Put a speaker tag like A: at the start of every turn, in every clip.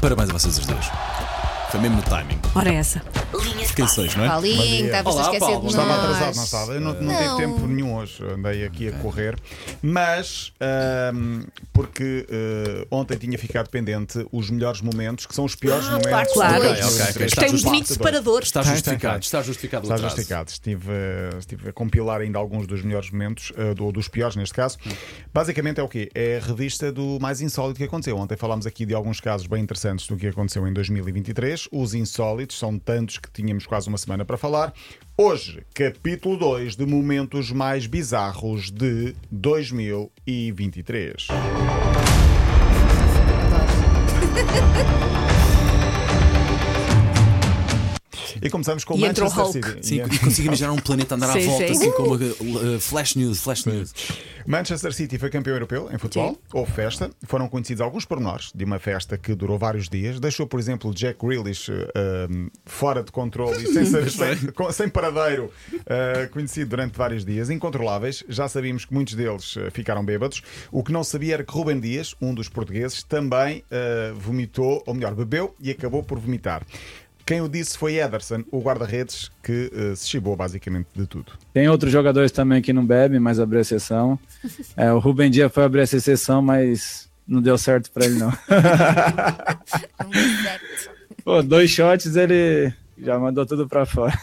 A: Parabéns a vocês os dois. Foi mesmo no timing.
B: Ora, é essa.
A: Canções, não é?
C: Paulinho, estavas a
D: Olá,
C: esquecer
D: Paulo.
C: de
D: Estava
C: nós.
D: atrasado, não estava. Eu não, não
C: Não.
D: tive tempo nenhum hoje, andei aqui a correr. Mas, ahm, porque eh, ontem tinha ficado pendente os melhores momentos, que são os piores momentos.
B: Ah, claro.
D: de
B: Ok,
A: ok,
D: 2023.
A: ok. Está
B: Tem um
A: justo.
B: bonito separador.
A: Está
D: Tem,
A: justificado,
D: tem, tem.
A: está justificado o
D: Está
A: atraso.
D: justificado. Estive, eh, estive a compilar ainda alguns dos melhores momentos, eh, do- dos piores neste caso. Basicamente é o quê? É a revista do mais insólito que aconteceu. Ontem falámos aqui de alguns casos bem interessantes do que aconteceu em 2023. Os insólitos são tantos que tínhamos quase uma semana para falar. Hoje, capítulo 2 de momentos mais bizarros de 2023. E começamos com o
B: E entrou
D: Manchester
B: Hulk.
D: City. é-
A: Sim, e consigo imaginar um planeta andar
B: Sim,
A: à volta,
B: sim.
A: assim como uh, Flash News, Flash News.
D: Manchester City foi campeão europeu em futebol. Houve festa. Foram conhecidos alguns pormenores de uma festa que durou vários dias. Deixou, por exemplo, Jack Grealish eh, um, fora de controle e sem, saber- sem- com- sem paradeiro, eh, conhecido durante vários dias, incontroláveis. Já sabíamos que muitos deles eh, ficaram bêbados. O que não sabia era que Ruben Dias, um dos portugueses, também eh, vomitou, ou melhor, bebeu e acabou por vomitar. Quem o disse foi Ederson, o guarda-redes, que eh, se chibou basicamente de tudo.
E: Tem outros jogadores também que não bebem, mas abriu a exceção. É, o Rubem Dias foi abrir a exceção, mas não deu certo pra ele, não.
C: Não deu certo.
E: Pô, dois shots, ele já mandou tudo pra fora.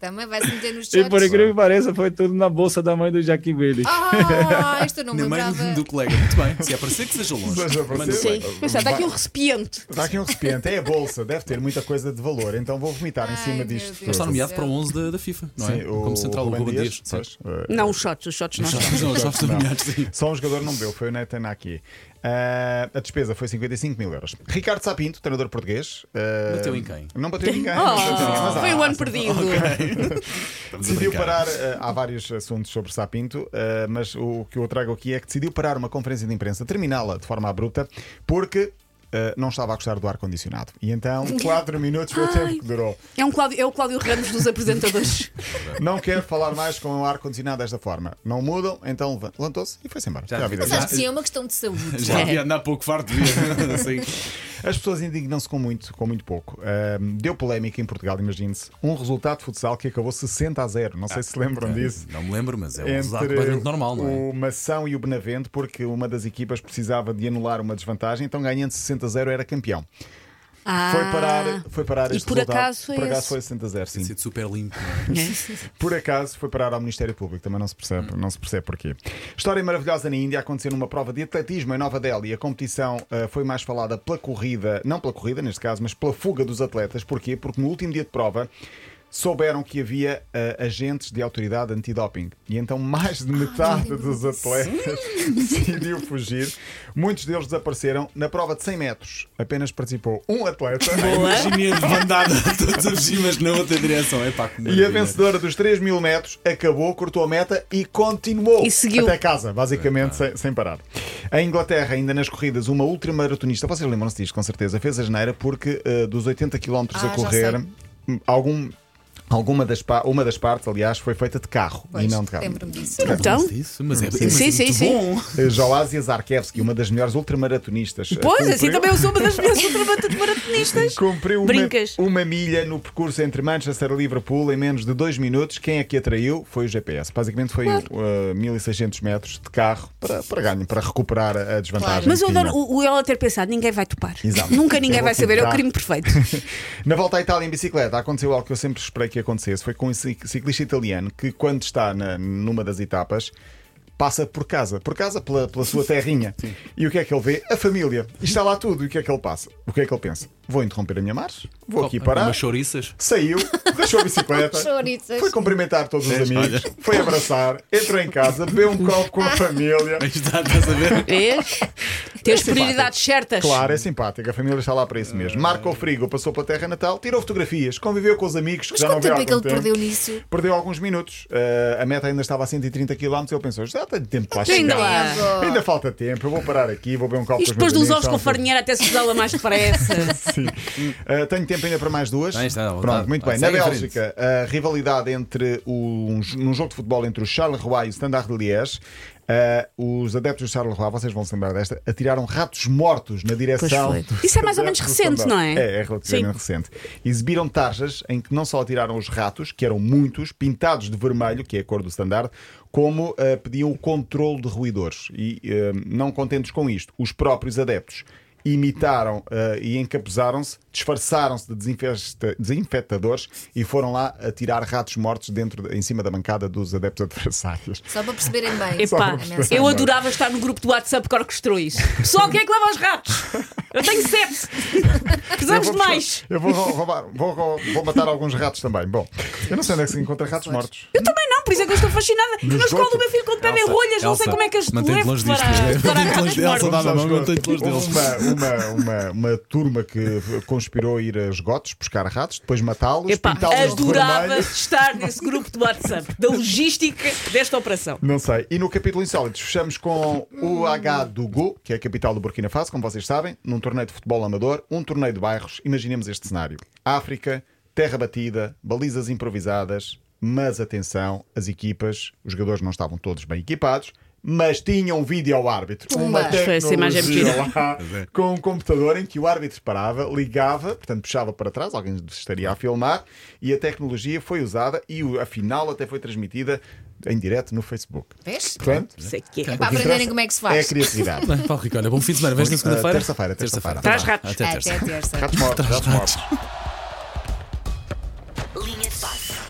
C: Também vai se meter nos
E: E por
C: shorts.
E: incrível que pareça, foi tudo na bolsa da mãe do Jack Willis.
C: Ah, isto eu não me
A: Na mãe
C: lembrava.
A: do colega. Muito bem, se aparecer que seja longe.
D: Seja aparecer,
A: Manda-se
B: Sim.
A: bem.
B: Mas está aqui um recipiente.
D: né? Está aqui um recipiente, é a bolsa, deve ter muita coisa de valor, então vou vomitar em
C: Ai,
D: cima
C: meu
D: disto.
C: Deus.
D: tudo.
C: Mas
A: Está nomeado para o 11 da, da FIFA, não é?
D: Sim,
A: como central, o
D: Rubem
A: Ruben Dias. sim.
D: pois, eh,
B: Não, os shots, os shots não.
A: Os jogos- Não, os jogos
D: Não.
A: nomeados, sim.
D: Só um jogador não bebeu, foi o Netanyahu. aqui. Ah, a despesa foi 55 mil euros. Ricardo Sapinto, treinador português. eh,
A: Bateu em quem?
D: Não bateu em ninguém. não bateu em ninguém, mas
B: Oh,
D: há-
B: foi um ano perdido.
A: Estamos a
D: Decidiu
A: brincar.
D: parar, eh, há vários assuntos sobre Sapinto, eh, mas o que eu trago aqui é que decidiu parar uma conferência de imprensa, terminá-la de forma abrupta, porque eh, não estava a gostar do ar-condicionado. E então, 4 minutos foi o tempo que durou.
B: É, um Cláudio, é o Cláudio Ramos dos apresentadores.
D: Não quero falar mais com o ar-condicionado desta forma. Não mudam, então leva- levantou-se e foi-se embora.
A: Já
D: Já vi.
A: vi.
C: Mas acho que sim, é uma questão de saúde.
A: Já havia andar pouco farto, devia. assim. Sim.
D: As pessoas indignam-se com muito, com muito pouco. Ahm, deu polémica em Portugal, imagine-se. Um resultado de futsal que acabou 60 a 0. Não sei se se lembram disso.
A: Não me lembro, mas é um resultado
D: Entre
A: completamente normal, não é?
D: o Mação e o Benavente, porque uma das equipas precisava de anular uma desvantagem, então ganhando 60 a 0 era campeão. Foi parar, foi parar
B: Ah. E
D: este
B: por
D: resultado.
B: acaso foi
D: por acaso
B: esse?
D: foi 60 a 0, sim.
A: Tem sido super limpo. é?
B: é.
D: Por acaso foi parar ao Ministério Público, também não se percebe, não se percebe porquê. História maravilhosa na Índia, aconteceu numa prova de atletismo em Nova Delhi. A competição ah, foi mais falada pela corrida, não pela corrida neste caso, mas pela fuga dos atletas. Porquê? Porque no último dia de prova souberam que havia ah, agentes de autoridade antidoping. E então mais de metade dos atletas decidiu fugir. Muitos deles desapareceram. Na prova de 100 metros apenas participou um atleta.
A: Imagina de bandada todos os dias na outra direção. É pá, que
D: E a
A: maravilha.
D: vencedora dos 3 mil metros acabou, cortou a meta e continuou
B: E seguiu.
D: até casa, basicamente, sem, sem parar. A Inglaterra, ainda nas corridas, uma ultramaratonista, vocês lembram-se disto, com certeza, fez a geneira porque eh, dos 80 km
C: Ah,
D: a
C: já
D: correr,
C: sei.
D: hum, algum. Alguma das, pa- uma das partes, aliás, foi feita de carro e não de carro.
C: Lembro-me disso.
B: Então,
A: Isso, mas é, mas é
B: sim,
A: muito
B: sim, sim.
A: bom.
D: Eh, Joásia Zarkevski, uma das melhores ultramaratonistas. eh,
B: pois,
C: é
B: assim
D: cumpriu-
B: também eu sou uma das minhas ultramaratonistas.
D: Cumpriu uma,
B: Brincas.
D: uma milha no percurso entre Manchester e Liverpool em menos de dois minutos. Quem a que atraiu foi o GPS. Basicamente foi uh, 1600 metros de carro para, para ganho, para recuperar a a desvantagem.
B: Mas eu
D: que tinha.
B: adoro o, o ela ter pensado, ninguém vai topar.
D: Exato.
B: Nunca ninguém
D: Eu
B: vai
D: vou
B: saber, é o
D: tentar.
B: crime perfeito.
D: Na volta à Itália em bicicleta aconteceu algo que eu sempre esperei que acontecesse. Foi com um cic- ciclista italiano que, quando está na- numa das etapas, passa por casa, por casa pela, pela sua terrinha. E o que é que ele vê? A família. E está lá tudo. E o que é que ele passa? O que é que ele pensa? Vou interromper a minha marcha, vou aqui parar.
A: Umas chouriças.
D: Saiu, deixou a bicicleta,
C: Chouriças.
D: foi cumprimentar todos os amigos, foi abraçar, entrou em casa, bebeu um copo com a
C: Ah.
D: família.
A: Aí está, estás a ver?
B: Vês? Tens prioridades certas.
D: Claro, é simpático, a família está lá para isso mesmo. Marco o frigo, passou pela terra natal, tirou fotografias, conviveu com os amigos que
C: Mas
D: já não
C: quanto
D: viu há
C: tempo é que ele
D: algum tempo.
C: perdeu nisso?
D: Perdeu alguns minutos, Eh, a meta ainda estava a 130 km, ele pensou, já tenho tempo para
B: Tem
D: chegar.
B: lá.
D: Ainda falta tempo, eu vou parar aqui, vou beber um copo
B: Isto
D: com
B: depois
D: os meus
B: dos
D: amigos,
B: ovos com
D: está um
B: farinheira até se usá-la mais depressa.
D: Sim. Uh, tenho tempo ainda para mais duas.
A: Tem, está à vontade.
D: Pronto, muito bem. Na
A: Segue em
D: Bélgica, a rivalidade entre o, um, num jogo de futebol entre o Charleroi e o Standard de Liège Ah, os adeptos de Charleroi, vocês vão se lembrar desta, atiraram ratos mortos na direção.
F: Pois
B: Isso é mais ou menos
D: dos
B: recente,
D: adeptos
B: não
D: do
B: é?
D: Sandar. É, é relativamente recente. Exibiram tarjas em que não só atiraram os ratos, que eram muitos, pintados de vermelho, que é a cor do standard, como ah, pediam o controle de ruidores. E ah, não contentes com isto, os próprios adeptos imitaram ah, e encapuzaram-se, disfarçaram-se de desinfesta- desinfetadores e foram lá atirar ratos mortos dentro, em cima da bancada dos adeptos adversários.
C: Só para perceberem bem.
B: Epá,
C: a mensagem.
B: É eu adorava estar no grupo do WhatsApp que orquestrou isso. Pessoal, quem é que leva os ratos? Eu tenho sete. Precisamos
D: Eu
B: de
D: vou
B: mais.
D: buscar- Eu vou rou- roubar, vou, rou- vou matar alguns ratos também. Bom, eu não sei onde é que se encontra ratos mortos.
B: Eu também não, por isso é que eu estou fascinada.
D: No
B: Na escola
D: esgoto.
B: do meu filho, quando pedem
A: Elsa,
B: rolhas, não sei
A: Elsa,
B: como é que as
A: mantém-te
B: levo
A: longe disto,
B: para,
A: Elsa.
B: para
A: Mantém-te longe
B: ratos
A: de Elsa,
B: mortos.
A: dá-me a mão,
D: Vamos aos
A: mantém-te longe
D: Houve
A: deles.
D: uma, uma, uma, uma turma que conspirou ir a esgotos buscar ratos, depois matá-los,
B: Epá,
D: pintá-los de
B: adorava
D: vermelho.
B: estar nesse grupo do WhatsApp, da logística desta operação.
D: Não sei. E no capítulo Insólitos fechamos com o H que é a capital do Burkina Faso, como vocês sabem, num torneio de futebol amador, um torneio de bairros. Imaginemos este cenário: África, terra batida, balizas improvisadas, mas atenção, as equipas, os jogadores não estavam todos bem equipados. Mas tinham um vídeo ao árbitro. Uma
B: Pois foi, essa imagem é
D: tecnologia
B: muito
D: lá, com um computador em que o árbitro parava, ligava, portanto puxava para trás, alguém estaria a filmar, e a tecnologia foi usada e o- a final até foi transmitida em direto no Facebook.
C: Vês?
D: Portanto,
B: Sei que é.
C: Para aprenderem como é que se faz.
D: é a criatividade.
A: Bem, Paulo Rico, olha, bom fim de semana. Vês na
D: Ah,
A: segunda-feira?
D: terça-feira, terça-feira.
B: Traz ratos.
A: Até terça.
C: Até terça.
D: Ratos mortos, ratos mortos.